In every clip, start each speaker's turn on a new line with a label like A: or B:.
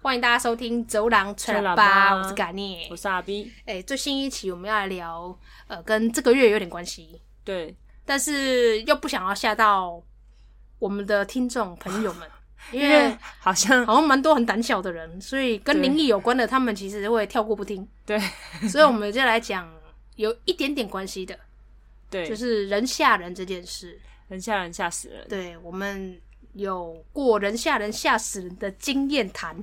A: 欢迎大家收听《走廊吹
B: 吹
A: 喇
B: 喇
A: 叭》，
B: 叭
A: 我是嘎聂
B: 我。是阿 B，
A: 哎，最新一期我们要来聊，呃，跟这个月有点关系，
B: 对，
A: 但是又不想要吓到我们的听众朋友 们，因
B: 因
A: 为
B: 为好像
A: 好像蛮多很胆小的人，所以跟
B: 对
A: 灵异有关的，他们其实会跳过不 听。
B: 对
A: 所以我们就来讲有一点点关系的，
B: 对，
A: 就是人吓人这件事。
B: 人吓人吓死人，
A: 对我们有过人吓人吓死人的经验谈，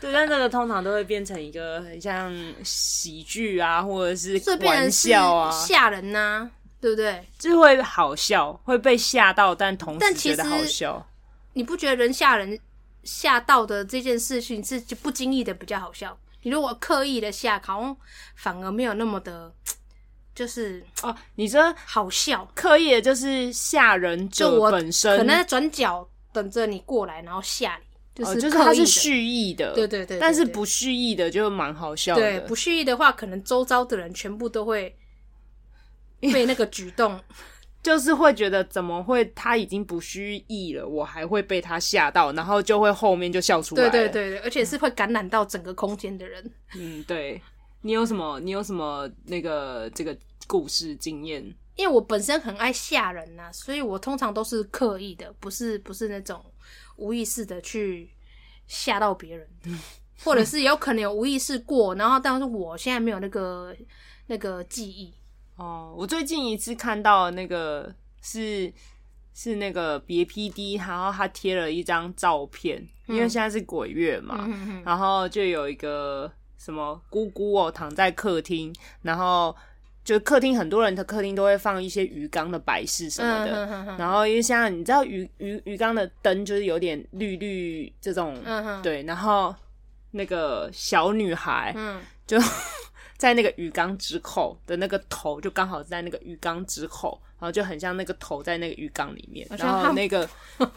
B: 对，但这个通常都会变成一个很像喜剧啊，或者是
A: 这变
B: 玩
A: 成是
B: 笑啊，
A: 吓人呐、对不对？
B: 就会好笑，会被吓到，但同
A: 但
B: 时
A: 其
B: 觉得
A: 实
B: 好笑。
A: 你不觉得人吓人吓到的这件事情是就不经意的比较好笑？你如果刻意的吓，好像反而没有那么的，就是
B: 哦，你这
A: 好笑。
B: 刻意的就是吓人
A: 就我
B: 者本身，
A: 可能在转角等着你过来，然后吓你，就是、
B: 哦就是
A: 刻
B: 他
A: 意的
B: 是蓄意的，
A: 对对对对
B: 但是
A: 对
B: 不蓄意的就蛮好笑的，
A: 对不蓄意的话，可能周遭的人全部都 会被那个举动。
B: 就是会觉得怎么会他已经不蓄意了，我还会被他吓到，然后就会后面就笑出来
A: 对
B: 了。
A: 对对对，而且是会感染到整个空间的人。
B: 嗯，对。你有什么？你有什么那个这个故事经验？
A: 因为我本身很爱吓人呐、所以我通常都是刻意的，不是不是那种无意识的去吓到别人， 或者是有可能有无意识过，然后但是我现在没有那个那个记忆。
B: 哦，我最近一次看到的那个是是那个别 PD，然后他贴了一张照片，因为现在是鬼月嘛，
A: 嗯嗯
B: 然后就有一个什么姑姑哦，躺在客厅，然后就客厅很多人的客厅都会放一些鱼缸的摆饰什么的，
A: 嗯嗯
B: 然后因为像你知道鱼鱼鱼缸的灯就是有点绿绿这种，
A: 嗯哼
B: 对，然后那个小女孩
A: 嗯
B: 就 在那个鱼缸之口的那个头，就刚好在那个鱼缸之口，然后就很像那个头在那个鱼缸里面，
A: 好像
B: 然后
A: 汉
B: 那个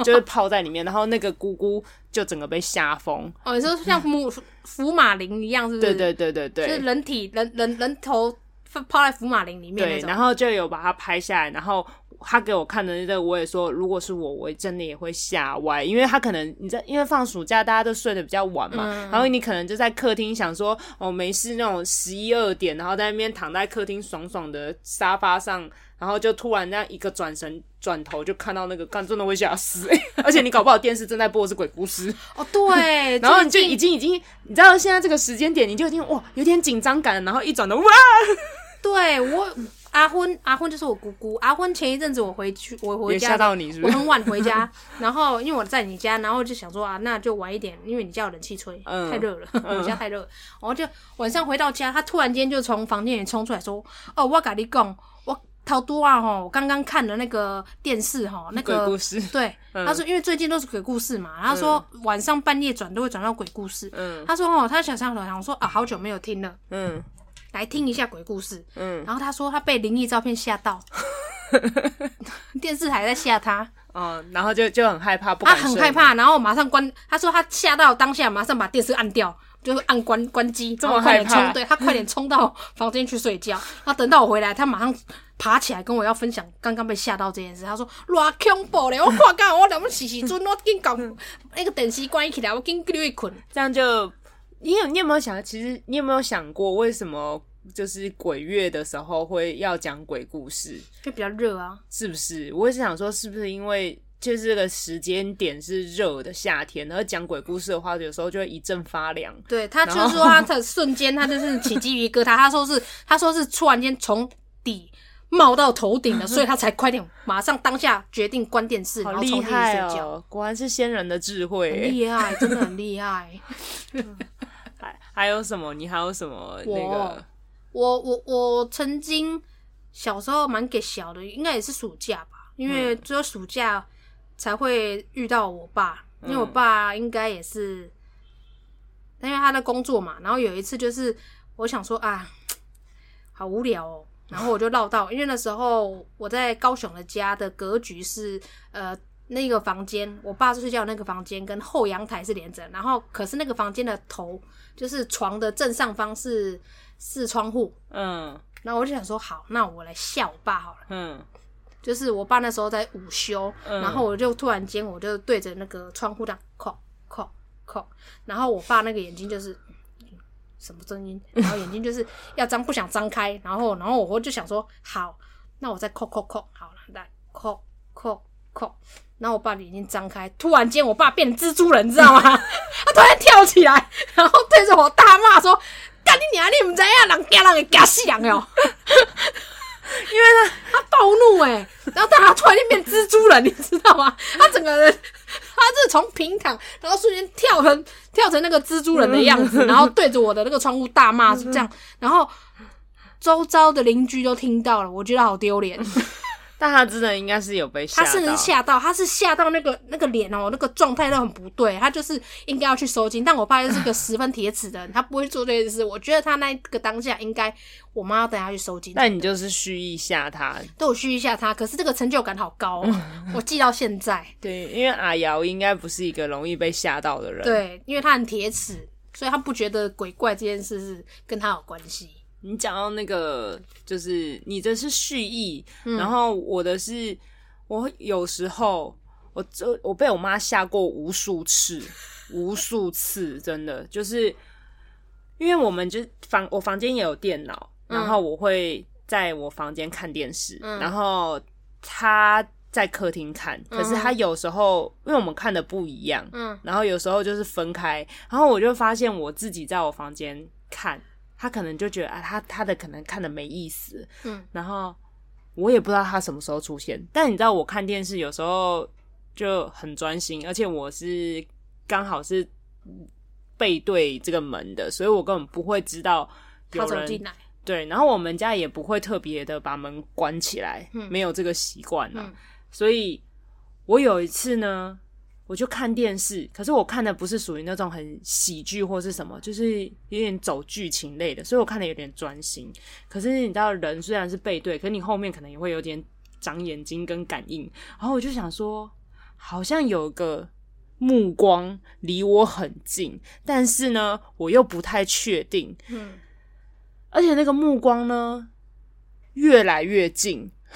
B: 就是泡在里面，然后那个姑姑就整个被吓疯，
A: 哦，你说像母福马林一样，是不是？
B: 对对对对
A: 就是
B: 对。
A: 人体人人人头放泡在福马林里面那
B: 对，
A: 种。
B: 然后就有把它拍下来，然后他给我看的那个，我也说，如果是我，我真的也会吓歪，因为他可能你知道，因为放暑假大家都睡得比较晚嘛，
A: 嗯
B: 然后你可能就在客厅想说，哦没事那种十一二点，然后在那边躺在客厅爽爽的沙发上，然后就突然这样一个转身转头就看到那个，干真的会吓死、欸 而且你搞不好电视正在播的是鬼故事，
A: 哦，对，
B: 然后你
A: 最
B: 就
A: 近
B: 已经已经，你知道现在这个时间点，你就已经哇有点紧张感了，然后一转头哇，
A: 对我阿昏阿昏就是我姑姑，阿昏前一阵子我回去我回
B: 也
A: 家
B: 吓到你是
A: 我
B: 不是？
A: 很晚回家，然后因为我在你家，然后就想说啊，那就晚一点，因为你家有冷气吹，
B: 嗯
A: 太热了，我家太热了。然后就晚上回到家，他突然间就从房间里冲出来说：“哦，我跟你讲，我逃多啊吼，我刚刚看了那个电视吼，那
B: 鬼故
A: 个
B: 事，嗯
A: 对，他说因为最近都是鬼故事嘛，他说晚上半夜转都会转到鬼故事。
B: 嗯
A: 他说哦，他想想想说啊，好久没有听了，
B: 嗯
A: 来听一下鬼故事。”
B: 嗯，
A: 然后他说他被灵异照片吓 到，电视台在吓他。
B: 哦，然后就就啊很害怕，不
A: 他
B: 敢睡，
A: 很害，怕，然后马上关。他说他吓到当下，马上把电视按掉，就是按关关机，
B: 么
A: 然后快点
B: 害怕
A: 冲，对他快 点冲到房间去睡觉。然后等到我回来，他马上爬起来跟我要分享刚刚被吓到这件事。他说：“偌恐怖嘞！我看到我两么洗洗 准，我紧搞那个电视关起来，我紧溜去困。
B: 这样就你有你有没有想，其实你有没有想过为什么就是鬼月的时候会要讲鬼故事，”
A: 就比较热啊，
B: 是不是？我也是想说，是不是因为就是这个时间点是热的夏天，然后讲鬼故事的话，有时候就会一阵发凉。
A: 对他就
B: 然
A: 是
B: 后
A: 说他的瞬间，他就是起鸡皮疙瘩。他说是，他说是突然间从底。冒到头顶 了，所以他才快点，马上当下决定关电视，
B: 好
A: 然后
B: 厉
A: 冲进去睡
B: 害
A: 觉。
B: 哦！果然是先人的智慧
A: 很
B: 耶。
A: 厉害，真的很厉害。
B: 还还有什么？你还有什么
A: 我
B: 那个？
A: 我我我曾经小时候蛮给小的，应该也是暑假吧，因为只有暑假才会遇到我爸，因为我爸应该也是，因为他在工作嘛。然后有一次就是我想说啊，好无聊哦。然后我就绕道，因为那时候我在高雄的家的格局是，呃，那个房间，我爸睡觉的那个房间跟后阳台是连着，然后可是那个房间的头就是床的正上方是是窗户，
B: 嗯
A: 然后我就想说，好，那我来吓我爸好了。
B: 嗯
A: 就是我爸那时候在午休，
B: 嗯
A: 然后我就突然间我就对着那个窗户这样叩叩控，然后我爸那个眼睛就是什么声音，然后眼睛就是要张不想张开，然后然后我就想说好，那我再扣扣扣，好了，来扣扣扣，然后我爸的眼睛张开，突然间我爸变成蜘蛛人，你知道吗？ 他突然跳起来，然后对着我大骂说：“ 干你娘！你们怎样人家人给夹死人哦哟！”因为他他暴怒哎、然后但他突然间变蜘蛛人，你知道吗？他整个人他是从平躺，然后瞬间跳成跳成那个蜘蛛人的样子，然后对着我的那个窗户大骂是这样，然后周遭的邻居都听到了，我觉得好丢脸。
B: 但他真的应该是有被吓
A: 他
B: 到，
A: 甚至吓到，他是吓到那个那个脸哦、那个状态都很不对，他就是应该要去收金。但我爸又是个十分铁齿的人，他不会做这件事。我觉得他那个当下应该，我妈要带他去收金，
B: 那你就是蓄意吓他。
A: 都有虚一下他。可是这个成就感好高、哦，我记到现在。
B: 对，因为阿瑶应该不是一个容易被吓到的 人。，
A: 对，因为他很铁齿，所以他不觉得鬼怪这件事是跟他有关系。
B: 你讲到那个，就是你这是蓄意，
A: 嗯
B: 然后我的是，我有时候我这我被我妈吓过无数次，无数次，真的就是，因为我们就房我房间也有电脑，然后我会在我房间看电视，
A: 嗯
B: 然后她在客厅看，可是她有时候因为我们看的不一样，
A: 嗯，
B: 然后有时候就是分开，然后我就发现我自己在我房间看，他可能就觉得啊，他他的可能看的没意思，
A: 嗯，
B: 然后我也不知道他什么时候出现，但你知道我看电视有时候就很专心，而且我是刚好是背对这个门的，所以我根本不会知道
A: 他
B: 有
A: 走
B: 人
A: 进来，
B: 对，然后我们家也不会特别的把门关起来，没有这个习惯啊。
A: 嗯
B: 所以我有一次呢，我就看电视，可是我看的不是属于那种很喜剧或是什么，就是有点走剧情类的，所以我看的有点专心。可是你知道，人虽然是背对，可你后面可能也会有点长眼睛跟感应。然后我就想说，好像有个目光离我很近，但是呢，我又不太确定。
A: 嗯，
B: 而且那个目光呢越来越近，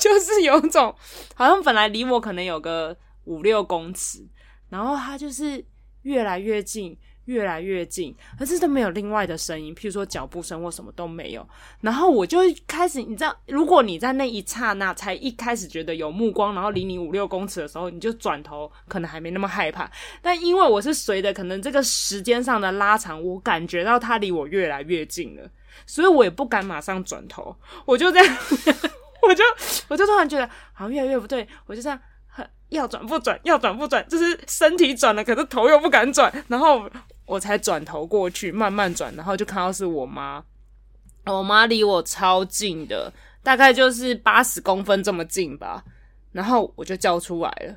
B: 就是有种好像本来离我可能有个五六公尺，然后它就是越来越近，越来越近，可是都没有另外的声音，譬如说脚步声或什么都没有。然后我就开始，你知道，如果你在那一刹那才一开始觉得有目光，然后离你五六公尺的时候，你就转头，可能还没那么害怕。但因为我是随着可能这个时间上的拉长，我感觉到它离我越来越近了，所以我也不敢马上转头，我就这样， 我就我就突然觉得好像越来越不对，我就这样。呵要转不转，要转不转，就是身体转了，可是头又不敢转，然后我才转头过去，慢慢转，然后就看到是我妈，哦我妈离我超近的，大概就是八十公分这么近吧，然后我就叫出来了。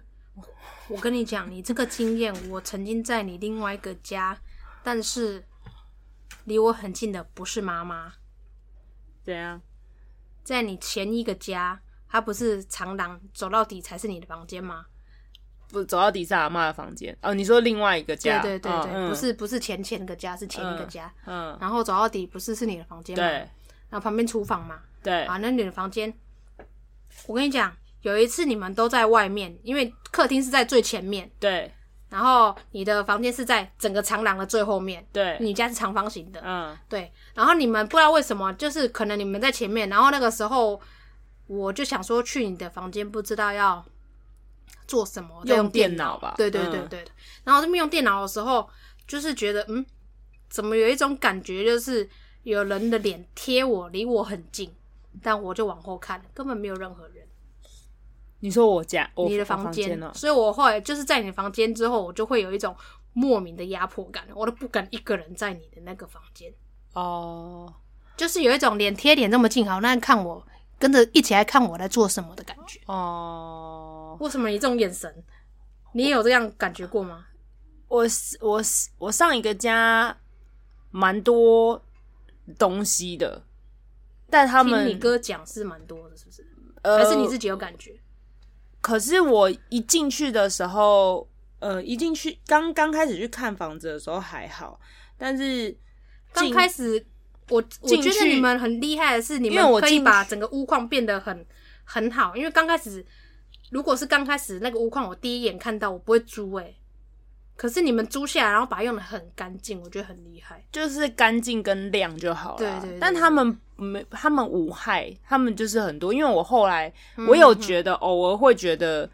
A: 我跟你讲，你这个经验，我曾经在你另外一个家，但是离我很近的不是妈妈，
B: 怎样？
A: 在你前一个家，他不是长廊走到底才是你的房间吗？
B: 不走到底是阿妈的房间哦？你说另外一个
A: 对
B: 家？
A: 对对对，
B: 嗯、
A: 不，是不是前前个家，是前一个
B: 嗯
A: 家，
B: 嗯，
A: 然后走到底不是是你的房间吗？
B: 对
A: 然后旁边厨房嘛，
B: 对
A: 啊，那你的房间，我跟你讲，有一次你们都在外面，因为客厅是在最前面，
B: 对
A: 然后你的房间是在整个长廊的最后面，
B: 对，
A: 你家是长方形的，
B: 嗯
A: 对。然后你们不知道为什么，就是可能你们在前面，然后那个时候我就想说去你的房间，不知道要做什么，就
B: 用
A: 电
B: 电脑吧
A: 对对对
B: 嗯
A: 对的。然后这边用电脑的时候，就是觉得嗯，怎么有一种感觉，就是有人的脸贴我，离我很近，但我就往后看，根本没有任何人。
B: 你说我家，我
A: 你的
B: 房哦
A: 间，
B: 呢？
A: 所以我后来就是在你的房间之后，我就会有一种莫名的压迫感，我都不敢一个人在你的那个房间，
B: 哦，
A: 就是有一种脸贴脸这么近，好那看我跟着一起来看我在做什么的感觉。
B: 哦，
A: 为什么你这种眼神，你也有这样感觉过吗？
B: 我是我是我上一个家蛮多东西的，但他
A: 听你
B: 们
A: 哥讲是蛮多的，是不是？
B: 呃
A: 还是你自己有感觉？
B: 可是我一进去的时候，呃，一进去刚刚开始去看房子的时候还好，但是
A: 刚
B: 进
A: 开始，我我
B: 进
A: 觉得
B: 去
A: 你们很厉害的是，你
B: 因为
A: 们
B: 我
A: 可以
B: 进
A: 把整个屋况变得很很好，因为刚开始如果是刚开始那个屋况，我第一眼看到我不会租哎、可是你们租下来，然后把它用的很干净，我觉得很厉害。
B: 就是干净跟亮就好了。啊
A: 对对对
B: 但他们没，他们无害，他们就是很多。因为我后来
A: 嗯
B: 我有觉得，偶尔会觉得，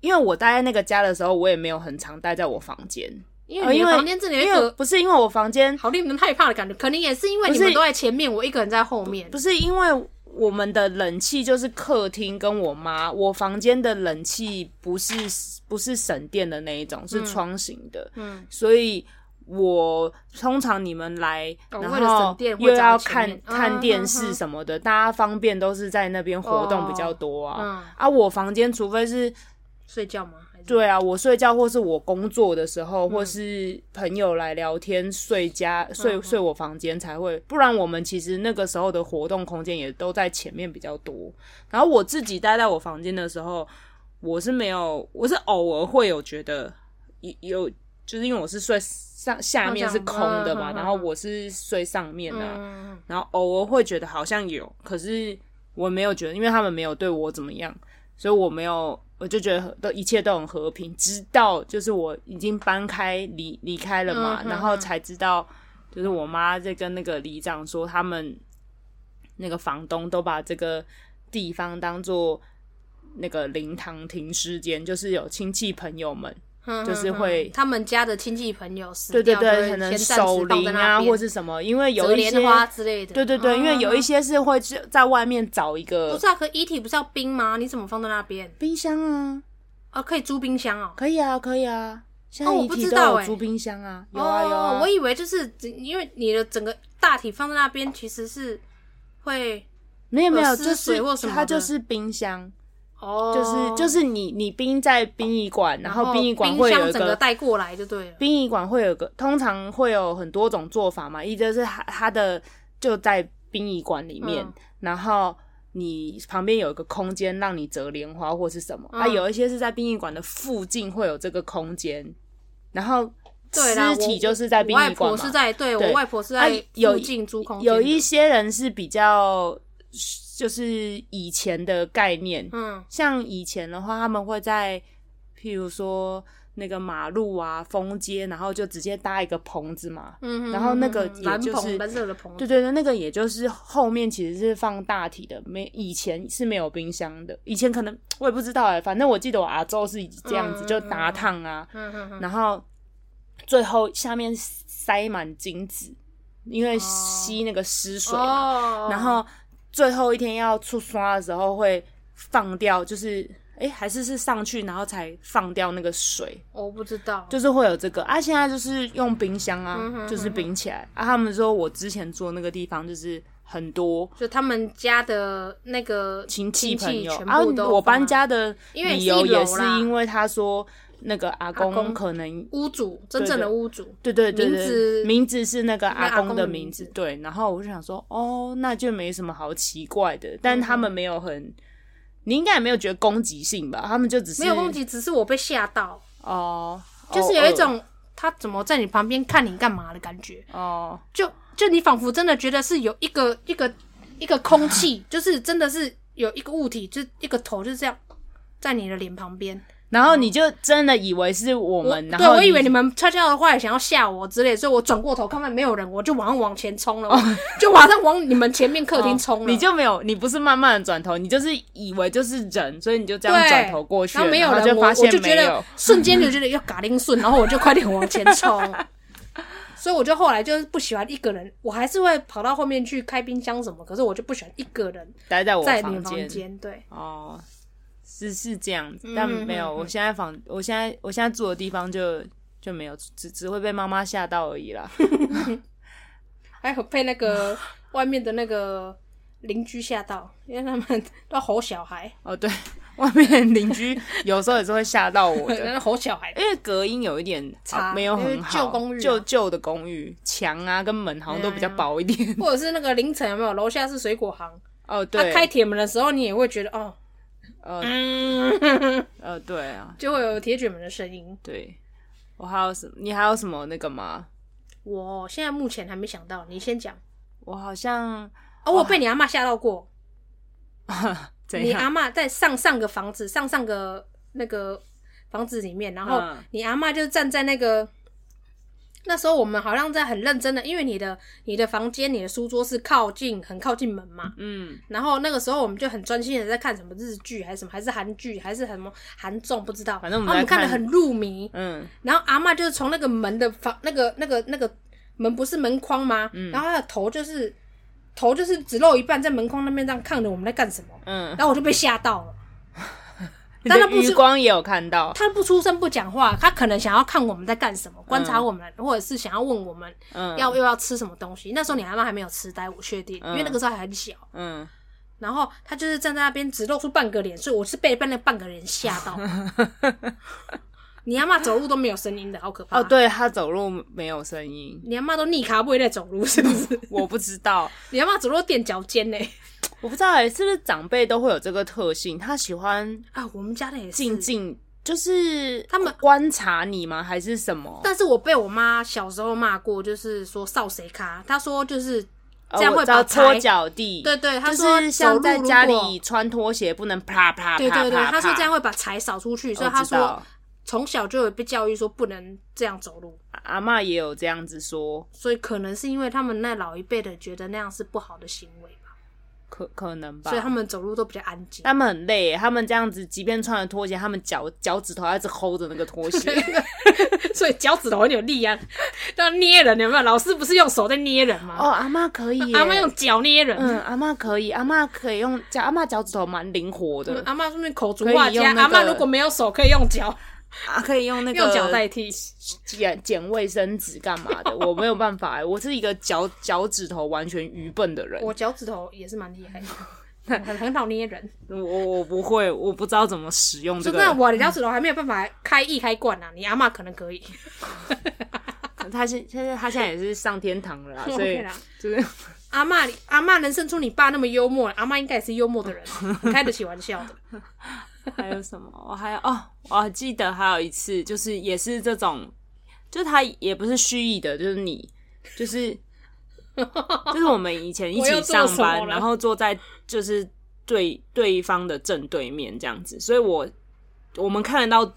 B: 因为我待在那个家的时候，我也没有很常待在我房间，
A: 因
B: 哦
A: 为你
B: 因
A: 的
B: 为
A: 房间这里有一
B: 因为
A: 个
B: 不是因为我房间
A: 好令人害怕的感觉，可能也是因为
B: 不
A: 你
B: 是
A: 们都在前面，我一个人在后面
B: 不。是因为我们的冷气就是客厅跟我妈，我房间的冷气不是不是省电的那一种，是窗型的，
A: 嗯，
B: 所以。我通常你们来，
A: 哦
B: 然
A: 为了省
B: 后
A: 电会
B: 又要
A: 找前
B: 看
A: 面
B: 看
A: 嗯
B: 电
A: 嗯
B: 视
A: 嗯
B: 什么的，大家方便都是在那边活动比较多啊。
A: 嗯，
B: 啊，我房间除非是
A: 睡觉吗？还是，
B: 对啊，我睡觉或是我工作的时
A: 嗯
B: 候，或是朋友来聊天睡家
A: 嗯
B: 睡睡我房间才会，不然我们其实那个时候的活动空间也都在前面比较多。然后我自己待在我房间的时候，我是没有，我是偶尔会有觉得有有，就是因为我是睡上下面是空的嘛，
A: 嗯嗯嗯嗯
B: 然后我是睡上面啊，
A: 嗯，
B: 然后偶尔会觉得好像有，可是我没有觉得，因为他们没有对我怎么样，所以我没有，我就觉得都一切都很和平。直到就是我已经搬开离离开了嘛，
A: 嗯哼
B: 然后才知道，就是我妈在跟那个里长说，他们那个房东都把这个地方当做。那个灵堂停尸间，就是有亲戚朋友们，
A: 嗯
B: 就是
A: 嗯嗯
B: 会
A: 他们家的亲戚朋友死
B: 对对
A: 掉，就
B: 对，
A: 会
B: 可能
A: 先暂时
B: 守
A: 放
B: 灵
A: 在
B: 啊，
A: 那边
B: 或是什么，因为有
A: 折
B: 一些
A: 莲花之类的。
B: 对对对，因为有一
A: 些
B: 些是会去在外面找一
A: 啊不
B: 个
A: 是啊，可遗体不是要冰吗？你怎么放在那边？
B: 冰箱啊，
A: 啊，可以租冰箱哦。
B: 可以啊，可以啊。现在
A: 哦我
B: 遗
A: 不
B: 体
A: 知
B: 都
A: 道
B: 有
A: 欸
B: 租冰箱啊，有啊有啊
A: 哦，。我以为就是因为你的整个大体放在那边，其实是会
B: 没有没有，
A: 有
B: 就
A: 湿
B: 是
A: 水或什么的
B: 它就是冰箱，
A: 哦，
B: 就是就是你你冰在殡仪馆，
A: 然
B: 然后殡仪馆
A: 冰
B: 会有
A: 箱
B: 一
A: 整个
B: 个
A: 带过来就对了。
B: 殡仪馆会有个，通常会有很多种做法嘛，一个是它它的就在殡仪馆里面，
A: 嗯
B: 然后你旁边有一个空间让你折莲花或是什么，啊，
A: 嗯
B: 有一些是在殡仪馆的附近会有这个空间，然后
A: 对啦，
B: 尸体就是在
A: 我
B: 殡
A: 我
B: 仪
A: 外
B: 馆
A: 婆是
B: 嘛，
A: 在对
B: 对
A: 我外婆是
B: 啊
A: 在
B: 有
A: 附
B: 一
A: 近租空间的
B: 有一些人是比较就是以前的概念，
A: 嗯
B: 像以前的话，他们会在譬如说那个马路啊、封街，然后就直接搭一个棚子嘛。
A: 嗯，
B: 然后那个
A: 嗯嗯嗯
B: 也
A: 蓝
B: 就是
A: 棚蓝色的棚，
B: 对对对，那个也就是后面其实是放大体的，没以前是没有冰箱的，以前可能我也不知道哎、反正我记得我阿周是这样子，
A: 嗯
B: 就搭烫啊，
A: 嗯嗯嗯，
B: 然后最后下面塞满金子，因为吸那个湿水嘛，
A: 哦，
B: 然后最后一天要出刷的时候会放掉，就是诶，还是是上去然后才放掉那个水，
A: 我不知道，
B: 就是会有这个啊。现在就是用冰箱啊，
A: 嗯哼
B: 就是冰起来啊。他们说我之前住的那个地方就是很多
A: 就他们家的那个
B: 亲戚
A: 戚
B: 朋友
A: 全
B: 啊，
A: 部都
B: 我
A: 放
B: 搬
A: 在
B: 家的
A: 因为
B: 理
A: 也是
B: 由
A: 一楼
B: 也是
A: 啦
B: 因为他说那个阿
A: 公
B: 公可能。
A: 屋主，真正的屋主，
B: 对对对对，
A: 名字
B: 名字是那个阿公
A: 公
B: 的
A: 的
B: 名
A: 名
B: 字
A: 字，
B: 对。然后我就想说，哦，那就没什么好奇怪的。
A: 嗯
B: 但他们没有很，你应该也没有觉得攻击性吧？他们就只是
A: 没有攻击，只是我被吓到，
B: 哦，
A: 就是有一
B: 哦
A: 种他怎么在你旁边看你干嘛的感觉，
B: 哦，
A: 就就你仿佛真的觉得是有一个一个一个空 气，就是真的是有一个物体，就一个头就是这样在你的脸旁边。
B: 然后你就真的以为是我
A: 我
B: 们，然
A: 对
B: 后
A: 我以为你们悄悄的话也想要吓我之类，所以我转过头看看没有人，我就马上往前冲了，
B: 哦
A: 我就马上往你们前面客厅冲了。
B: 你就没有，你不是慢慢的转头，你就是以为就是人，所以你就这样
A: 对
B: 转头过去，
A: 然后没有
B: 然
A: 人，
B: 后就
A: 我
B: 发现
A: 我就觉
B: 没
A: 得
B: 有。
A: 瞬间就觉得要嘎铃顺，然后我就快点往前冲。所以我就后来就是不喜欢一个人，我还是会跑到后面去开冰箱什么，可是我就不喜欢一个人
B: 待在我
A: 在你
B: 房
A: 房间。对，
B: 哦，是是这样子，但没有。
A: 嗯嗯嗯
B: 我现在房，我现在我现在住的地方就就没有，只只会被妈妈吓到而 已啦。
A: 还有被那 个外面的那个邻居吓到，因为他们都吼小孩，
B: 哦，对，外面邻居有时候也是会吓到我
A: 可
B: 的。
A: 能吼小孩。
B: 因为隔音有一点
A: 差
B: 啊没有很好，
A: 因为旧公寓啊
B: 旧旧的公寓墙啊跟门好像都比较薄 一点。
A: 或者是那个凌晨有没有？楼下是水果行，
B: 哦，
A: 他
B: 对，
A: 开铁门的时候，你也会觉得哦，
B: 呃
A: 嗯，
B: 呃，对啊，
A: 就会有铁卷门的声音。
B: 对。我还有什你还有什么那个吗？
A: 我现在目前还没想到，你先讲。
B: 我好像
A: 哦，我被你阿妈吓到过。
B: 怎
A: 你
B: 样？啊
A: 阿嬷在上上个房子，上上个那个，房子里面，然后
B: 嗯
A: 你阿嬷就站在那个。那时候我们好像在很认真的，因为你的你的房间、你的书桌是靠近很靠近门嘛，
B: 嗯，
A: 然后那个时候我们就很专心的在看什么日剧还是什么，还是韩剧还是什么韩综不知道，
B: 反正我
A: 然后
B: 们
A: 我们
B: 在
A: 看
B: 看
A: 得很入迷，
B: 嗯，
A: 然后阿嬷就是从那个门的房那个那个那个门不是门框吗？
B: 嗯
A: 然后她的头就是头就是只露一半在门框那边这样看着我们在干什么，
B: 嗯，
A: 然后我就被吓到了。
B: 你
A: 但
B: 的
A: 他不
B: 余
A: 是
B: 光也有看到，
A: 他不出声不讲话，他可能想要看我们在干什么，观察我们，或者是想要问我们
B: 嗯，
A: 要又要吃什么东西。那时候你阿妈还没有痴呆，我确定，因为那个时候还很小。
B: 嗯，
A: 然后他就是站在那边只露出半个脸，所以我是被半那半个脸吓 到。你阿妈走路都没有声音的，好可怕！
B: 哦，，对他走路没有声音，
A: 你阿妈都逆卡不会在走路，是不是？
B: 我不知道，
A: 你阿妈走路垫脚尖呢、
B: 我不知道哎、是不是长辈都会有这个特性？他喜欢
A: 啊，我们家的也是。
B: 静静，就是
A: 他们
B: 观察你吗？还是什么？
A: 但是我被我妈小时候骂过，就是说少谁卡，她说就是
B: 呃
A: 这样
B: 我
A: 会
B: 知
A: 把
B: 道拖
A: 财
B: 脚地，
A: 对对，他
B: 就
A: 说走
B: 是像
A: 路
B: 在
A: 如果
B: 家里穿拖鞋不能啪啪啪啪啪。
A: 对对对，他说这样会把财扫出去，所以
B: 我
A: 他
B: 知道
A: 说从小就有被教育说不能这样走路，
B: 啊阿嬷也有这样子说，
A: 所以可能是因为他们那老一辈的觉得那样是不好的行为吧，
B: 可可能吧。
A: 所以他们走路都比较安静。
B: 他们很累欸耶，他们这样子，即便穿了拖鞋，他们脚脚趾头还一直 hold 着那 个拖鞋。
A: 所以脚趾头很有力啊，要捏人有没有？老师不是用手在捏人吗？
B: 哦，阿嬷可以耶，
A: 阿妈用脚捏人，
B: 嗯，阿嬷可以，阿嬷可以用脚，阿嬷脚趾头蛮灵活的，
A: 阿妈顺便口足
B: 可以
A: 画家，
B: 用那
A: 阿妈
B: 个
A: 如果没有手可以用脚，
B: 啊，可以用那个
A: 用脚代替。
B: 捡捡卫生纸干嘛 的，我没有办法、欸，我是一个脚脚趾头完全愚笨的人，
A: 我脚趾头也是蛮厉害的， 很很好捏人。
B: 我我不会，我不知道怎么使用这
A: 说
B: 个，
A: 真的，我的脚趾头还没有办法开一开罐啊，你阿妈可能可以。
B: 他现现在他现在也是上天堂啊 了啦，啊所
A: OK
B: 以
A: 啦
B: 就是
A: 阿妈，阿妈能生出你爸那么幽默，阿妈应该也是幽默的 人，很开得起玩笑的。
B: 还有什么？我还有哦，我还记得还有一次，就是也是这种，就是他也不是蓄意的，就是你，就是 就是我们以前一
A: 我又
B: 起
A: 做
B: 上
A: 什么
B: 班，
A: 了
B: 然后坐在就是对对方的正对面这样子，所以我我们看得到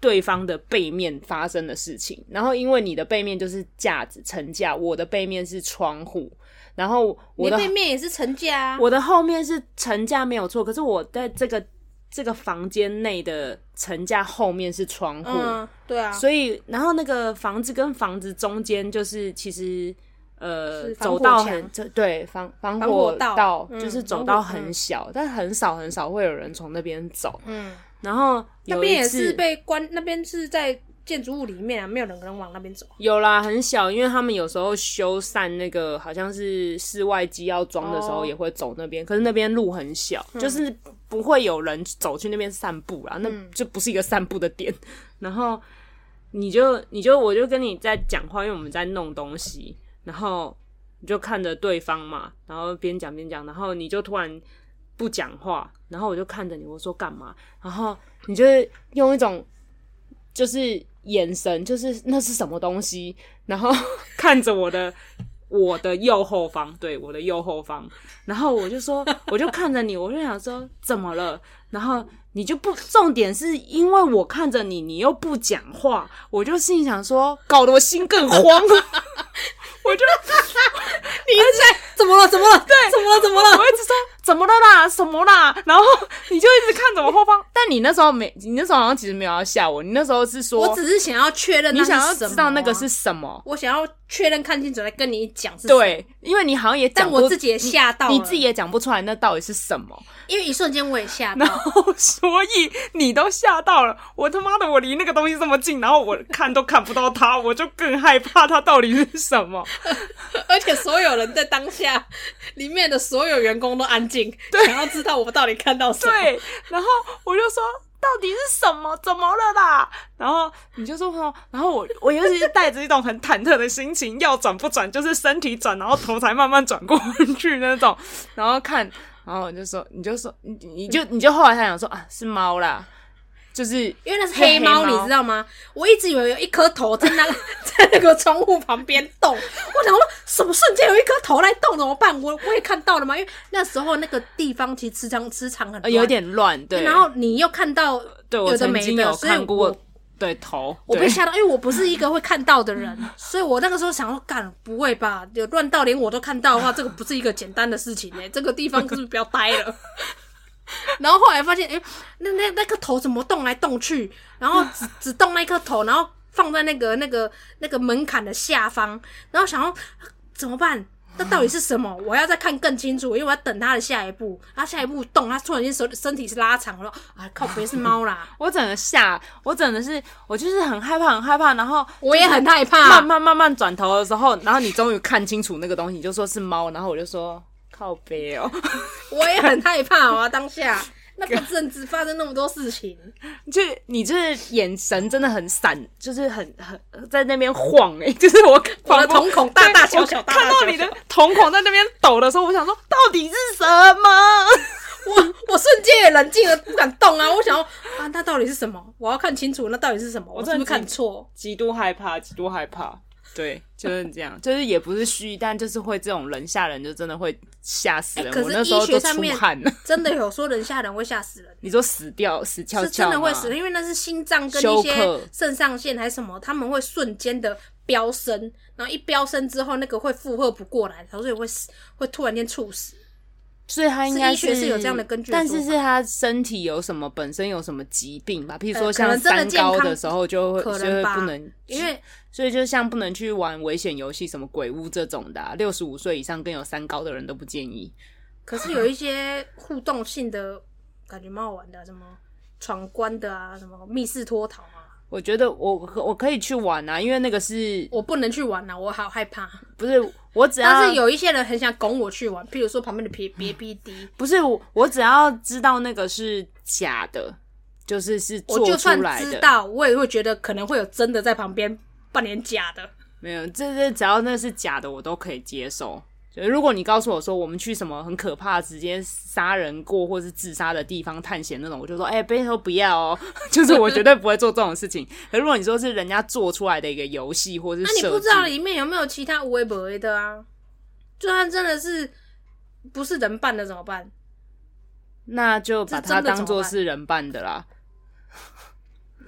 B: 对方的背面发生的事情。然后因为你的背面就是架子层架，我的背面是窗户，然后我
A: 你
B: 的
A: 对面也是陈家啊，
B: 我的后面是层架没有错，可是我在这个这个房间内的层架后面是窗户，
A: 嗯，对啊，
B: 所以然后那个房子跟房子中间就是其实呃
A: 是防
B: 走
A: 火
B: 道
A: 墙
B: 很这对防防
A: 防火
B: 道
A: 道
B: 就是
A: 嗯
B: 走
A: 防
B: 道
A: 火
B: 很
A: 嗯
B: 小，但很少很少会有人从那边走。
A: 嗯，
B: 然后
A: 那
B: 有
A: 边
B: 一
A: 也
B: 次
A: 是被关，那边是在建筑物里面啊，没有人能往那边走。
B: 有啦，很小，因为他们有时候修缮那个好像是室外机要装的时候，
A: 哦
B: 也会走那边。可是那边路很小，就是不会有人走去那边散步啦，那就不是一个散步的点。 然后你就你就我就跟你在讲话，因为我们在弄东西，然后你就看着对方嘛，然后边讲边讲，然后你就突然不讲话，然后我就看着你，我说干嘛？然后你就是用一种就是眼神，就是那是什么东西，然后 看着我的我的右后方，对我的右后方，然后我就说，我就看着你，我就想说怎么了，然后。你就不重点是因为我看着你，你又不讲话，我就心里想说，搞得我心更慌。 我 就
A: 你在怎么了？怎么了？对，怎么了？怎么了？
B: 我一直说怎么了啦，什么啦，然后你就一直看着我后方。 但你那时候没，你那时候好像其实没有要吓我，你那时候是说
A: 我只是想要确认，
B: 你想要知道那个是，什么。
A: 啊我想要确认看清楚再跟你讲是。，
B: 对，因为你好像也
A: 但
B: 讲不，
A: 我自己也吓到了，
B: 你自己也讲不出来那到底是什么，
A: 因为一瞬间我也吓
B: 然
A: 到，
B: 后所以你都吓到了，我他妈的我离那个东西这么近，然后我看都看不到它，我就更害怕它到底是什么。
A: 而且所有人在当下，里面的所有员工都安静，想要知道我到底看到什么。
B: 对，然后我就说到底是什么？怎么了啦？然后你就说，哦然后我我尤其是带着一种很忐忑的心情，要转不转，就是身体转，然后头才慢慢转过去那种，然后看，然后我就说，你就说，你你就你就后来才想说啊，是猫啦，就是
A: 因为那是黑猫，你知道吗？我一直以为有一颗头在那在那个 窗户旁边动，我想说什么瞬间有一颗头来动怎么办？我我也看到了嘛，因为那时候那个地方其实磁场磁场很
B: 呃
A: 乱
B: 有。点乱，对，
A: 然后你又看到
B: 对我
A: 有的
B: 曾
A: 没
B: 经
A: 的，
B: 有
A: 所以
B: 看过
A: 我
B: 对头，
A: 我被
B: 对
A: 吓到，因为我不是一个会看到的人， 所以我那个时候想说，干不会吧？有乱到连我都看到的话，这个不是一个简单的事情呢、这个地方是不是不要待了？ 然后后来发现，哎、那那那颗头怎么动来动去？然后只只动那颗头，然后放在那个那个那个门槛的下方，然后想要怎么办？那到底是什么？我要再看更清楚，因为我要等它的下一步。它下一步动，它突然间手身体是拉长，我说啊靠，别是猫啦，
B: 我整个吓，我整的是，我就是很害怕，很害怕，然后
A: 我也很害怕。
B: 慢慢慢慢转头的时候，然后你终于看清楚那个东西，你就说是猫，然后我就说靠背哦，
A: 我也很害怕啊，当下那个阵子发生那么多事情，
B: 就是你就是眼神真的很闪，就是很很在那边晃哎、 就是我
A: 我的
B: 仿佛
A: 瞳孔大大小小
B: 对我
A: 大大
B: 看
A: 小小
B: 到你的瞳孔在那边抖的时候，我想说到底是什么？
A: 我我瞬间也冷静了，不敢动啊。我想要啊，那到底是什么？我要看清楚，那到底是什么？我是不是
B: 真的
A: 看错？
B: 极度害怕，极度害怕。对，就是这样，就是也不是虚，但就是会这种人吓人，就真的会吓死人。
A: 哎可是
B: 我那时候
A: 医学
B: 都
A: 上
B: 出
A: 面
B: 汗了。
A: 真的有说人吓人会吓死人，
B: 你说死掉，死翘翘
A: 是真的会死
B: 吗
A: 人，因为那是心脏跟一
B: 啊休
A: 些
B: 克
A: 肾上腺还是什么，他们会瞬间的飙升，然后一飙升之后，那个会负荷不过来，所以会死，会突然间猝死。
B: 所以他应该
A: 是医学是有这样的根据的
B: 但
A: 说
B: 是是他身体有什么本身有什么疾病吧？譬如
A: 呃
B: 说
A: 可
B: 像
A: 能真的
B: 三
A: 健康
B: 高的时候就会
A: 可
B: 就
A: 能
B: 会
A: 吧
B: 不能，
A: 因为
B: 所以就像不能去玩危险游戏，什么鬼屋这种的、啊，六十五岁以上更有三高的人都不建议。
A: 可是有一些互动性的感觉蛮好玩的，啊什么闯关的啊，什么密室脱逃啊，
B: 我觉得我可我可以去玩啊，因为那个是
A: 我不能去玩啊，我好害怕。
B: 不是我只要
A: 但是有一些人很想拱我去玩，譬如说旁边的别别 PD，
B: 不是我我只要知道那个是假的，就是是
A: 我
B: 做
A: 就
B: 出
A: 算
B: 来
A: 知
B: 的。
A: 道，我也会觉得可能会有真的在旁边扮演假的。
B: 没有，这这只要那是假的，我都可以接受。就如果你告诉我说我们去什么很可怕、直接杀人过或是自杀的地方探险那种，我就说哎，别、说不要哦， 就是我绝对不会做这种事情。可如果你说是人家做出来的一个游戏或是
A: 那
B: 设计，
A: 你不知道里面有没有其他无微不微的啊？就算真的是不是人扮的怎么办？
B: 那就把
A: 这真
B: 它
A: 的怎么办
B: 当做是人扮的啦，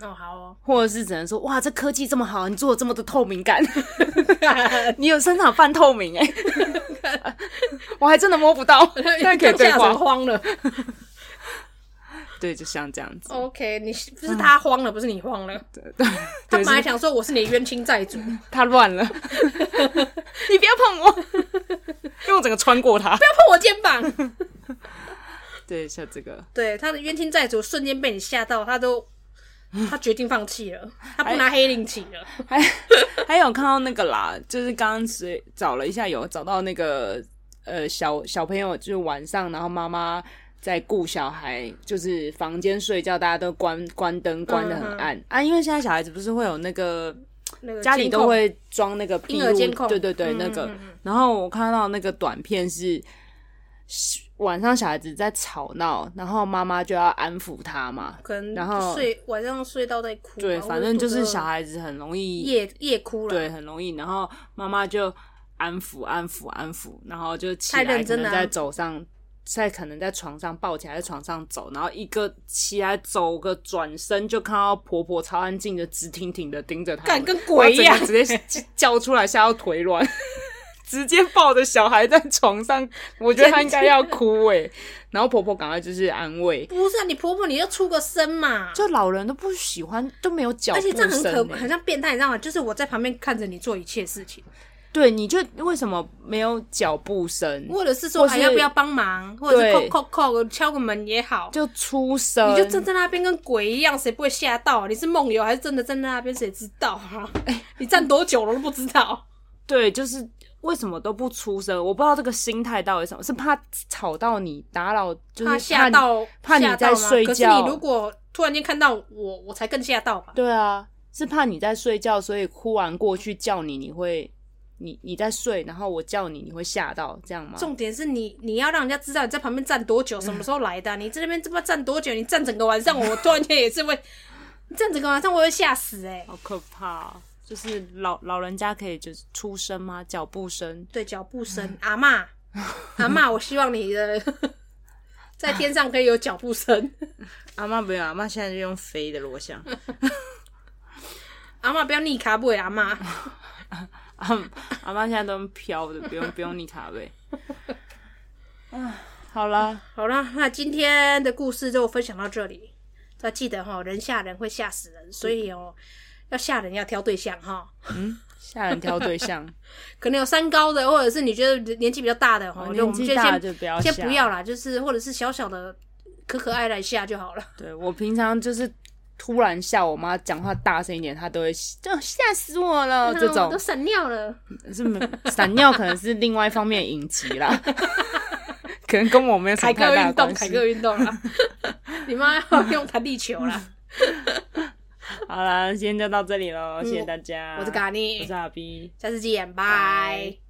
A: 哦，好 哦，
B: 或者是只能说哇，这科技这么好，你做的这么的透明感， 你有生产半透明哎、 我还真的摸 不到，但可以
A: 当
B: 对
A: 下
B: 话
A: 人，慌了。
B: 对，就像这样子。
A: OK，你是
B: 嗯
A: 不是他慌了，不是你慌了。他 本
B: 对
A: 来想说我是你的冤亲债主，
B: 他乱 了，你不要碰我，因为我整个穿过他。
A: 碰我肩膀。
B: 对，像这个，
A: 对，他的冤亲债主瞬间被你吓到，他都他决定放弃 了，
B: 哎
A: 他不拿黑令旗了。
B: 还还有看到那个啦，就是刚刚随找了一下，有找到那个呃小小朋友，就是晚上，然后妈妈在顾小孩，就是房间睡觉，大家都关关灯，关的很暗、啊，因为现在小孩子不是会有那个
A: 那个
B: 家里
A: 监
B: 都
A: 控
B: 会装那个闭
A: 婴儿
B: 路
A: 监控
B: 对对对，
A: 嗯
B: 那个。
A: 嗯
B: 然后我看到那个短片是是晚上小孩子在吵闹，然后妈妈就要安抚他嘛。
A: 可能
B: 然后
A: 睡晚上睡到在哭吧，啊
B: 对，反正就是小
A: 孩
B: 孩子很容易，
A: 夜夜哭了。
B: 对，，很容易。然后妈妈就安抚、安抚、安抚，然后就起
A: 太认
B: 来，可
A: 真
B: 能
A: 了啊
B: 在走上，在可能在床上抱起来，在床上走，然后一个起来走个转身，就看到婆婆超安静的，直挺挺的盯着她
A: 干
B: 们，
A: 跟鬼一样
B: 我整个直接叫 出来，吓到腿软。 直接抱着小孩在床 上，我觉得她应该要哭诶、然后婆婆赶快就是安慰，
A: 不是啊，你婆婆你要出个声嘛，
B: 就老人都不喜欢，都没有脚步
A: 而且
B: 声、
A: 这样很可
B: 欸嗯
A: 很像变态，你知道吗？就是我在旁边看着你做一切事情，
B: 对，你就为什么没有脚步声，
A: 或者是说
B: 或
A: 哎
B: 是
A: 要不要帮忙，或者是叩
B: 对
A: 叩叩敲个门也好。
B: 就出声？
A: 你就站在那边跟鬼一样，谁不会吓到、啊？你是梦游还是真的站在那边？谁知道 啊？你站多久了都不知道。
B: 对，就是为什么都不出声？我不知道这个心态到底是什么，是怕吵到你，打扰，就是
A: 怕
B: 你
A: 吓到，
B: 怕你
A: 吓到
B: 在
A: 吗
B: 睡
A: 可是
B: 觉
A: 你如果突然间看到我，我才更吓到吧？
B: 对啊，是怕你在睡觉，所以忽然过去叫你，你会。你你在睡，然后我叫你，你会吓到这样吗？
A: 重点是你你要让人家知道你在旁边站多久，什么时候来的啊、
B: 嗯
A: 你在那边这么站多久？你站整个晚上，我突然间也是会，你站整个晚上我会吓死哎、
B: 好可怕哦、就是老老人家可以就是出声吗？脚步声，
A: 对，脚步
B: 嗯
A: 声，阿 嬷，阿嬷，我希望你的 在天上可以有脚步声。
B: 阿妈不用，阿妈现在就用飞的，我想。
A: 阿妈不要逆卡布阿妈，
B: 阿阿妈现在都用飘的，不用不用你卡 位。啊，好了，
A: 好啦，那今天的故事就分享到这里。要记得哈、人吓人会吓死人，所以哦，要吓人要挑对象哈、
B: 嗯，吓人挑对 象，
A: 可能有三高的，或者是你觉得年纪比较大的哈，就我
B: 哦年
A: 们就
B: 纪大
A: 先
B: 就不要
A: 先
B: 吓
A: 不要啦，就是或者是小小的可可爱来吓就好了。
B: 对我平常就是突然吓我妈讲话大声一点，她都会就吓死我了。哦 这
A: 我都
B: 种
A: 闪尿了，
B: 是没闪尿，可能是另外一方面的隐疾啦， 可能跟我没有什么
A: 凯
B: 太
A: 哥
B: 大的
A: 运动，
B: 关
A: 凯
B: 系。
A: 哥运动 啦，你妈要用弹力球啦。
B: 好啦，今天就到这里喽，谢谢大家。
A: 我是咖
B: 嗯啊我
A: 喱
B: 是，阿 B。
A: 下次见，
B: 拜
A: 拜